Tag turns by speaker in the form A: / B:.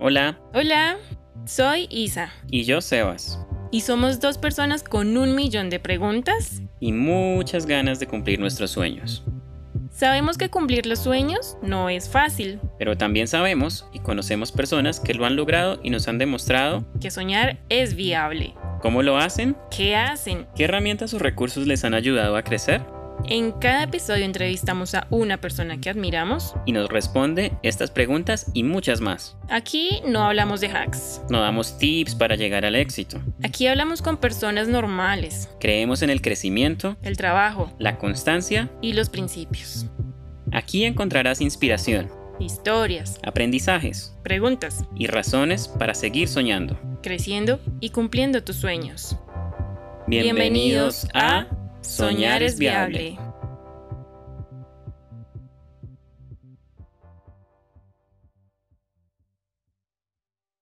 A: Hola,
B: Hola, soy Isa
A: y yo Sebas.
B: y somos dos personas con un millón de preguntas.
A: Y muchas ganas de cumplir nuestros sueños.
B: Sabemos que cumplir los sueños no es fácil,
A: Pero también sabemos y conocemos personas que lo han logrado y nos han demostrado
B: que soñar es viable.
A: cómo lo hacen,
B: ¿Qué hacen?
A: qué herramientas o recursos les han ayudado a crecer
B: En cada episodio entrevistamos a una persona que admiramos.
A: y nos responde estas preguntas y muchas más.
B: Aquí no hablamos de hacks,
A: Nos damos tips para llegar al éxito.
B: aquí hablamos con personas normales,
A: Creemos en el crecimiento,
B: el trabajo
A: la constancia.
B: y los principios.
A: Aquí encontrarás inspiración,
B: Historias,
A: aprendizajes
B: preguntas,
A: y razones para seguir soñando.
B: creciendo y cumpliendo tus sueños.
A: Bienvenidos a Soñar es viable.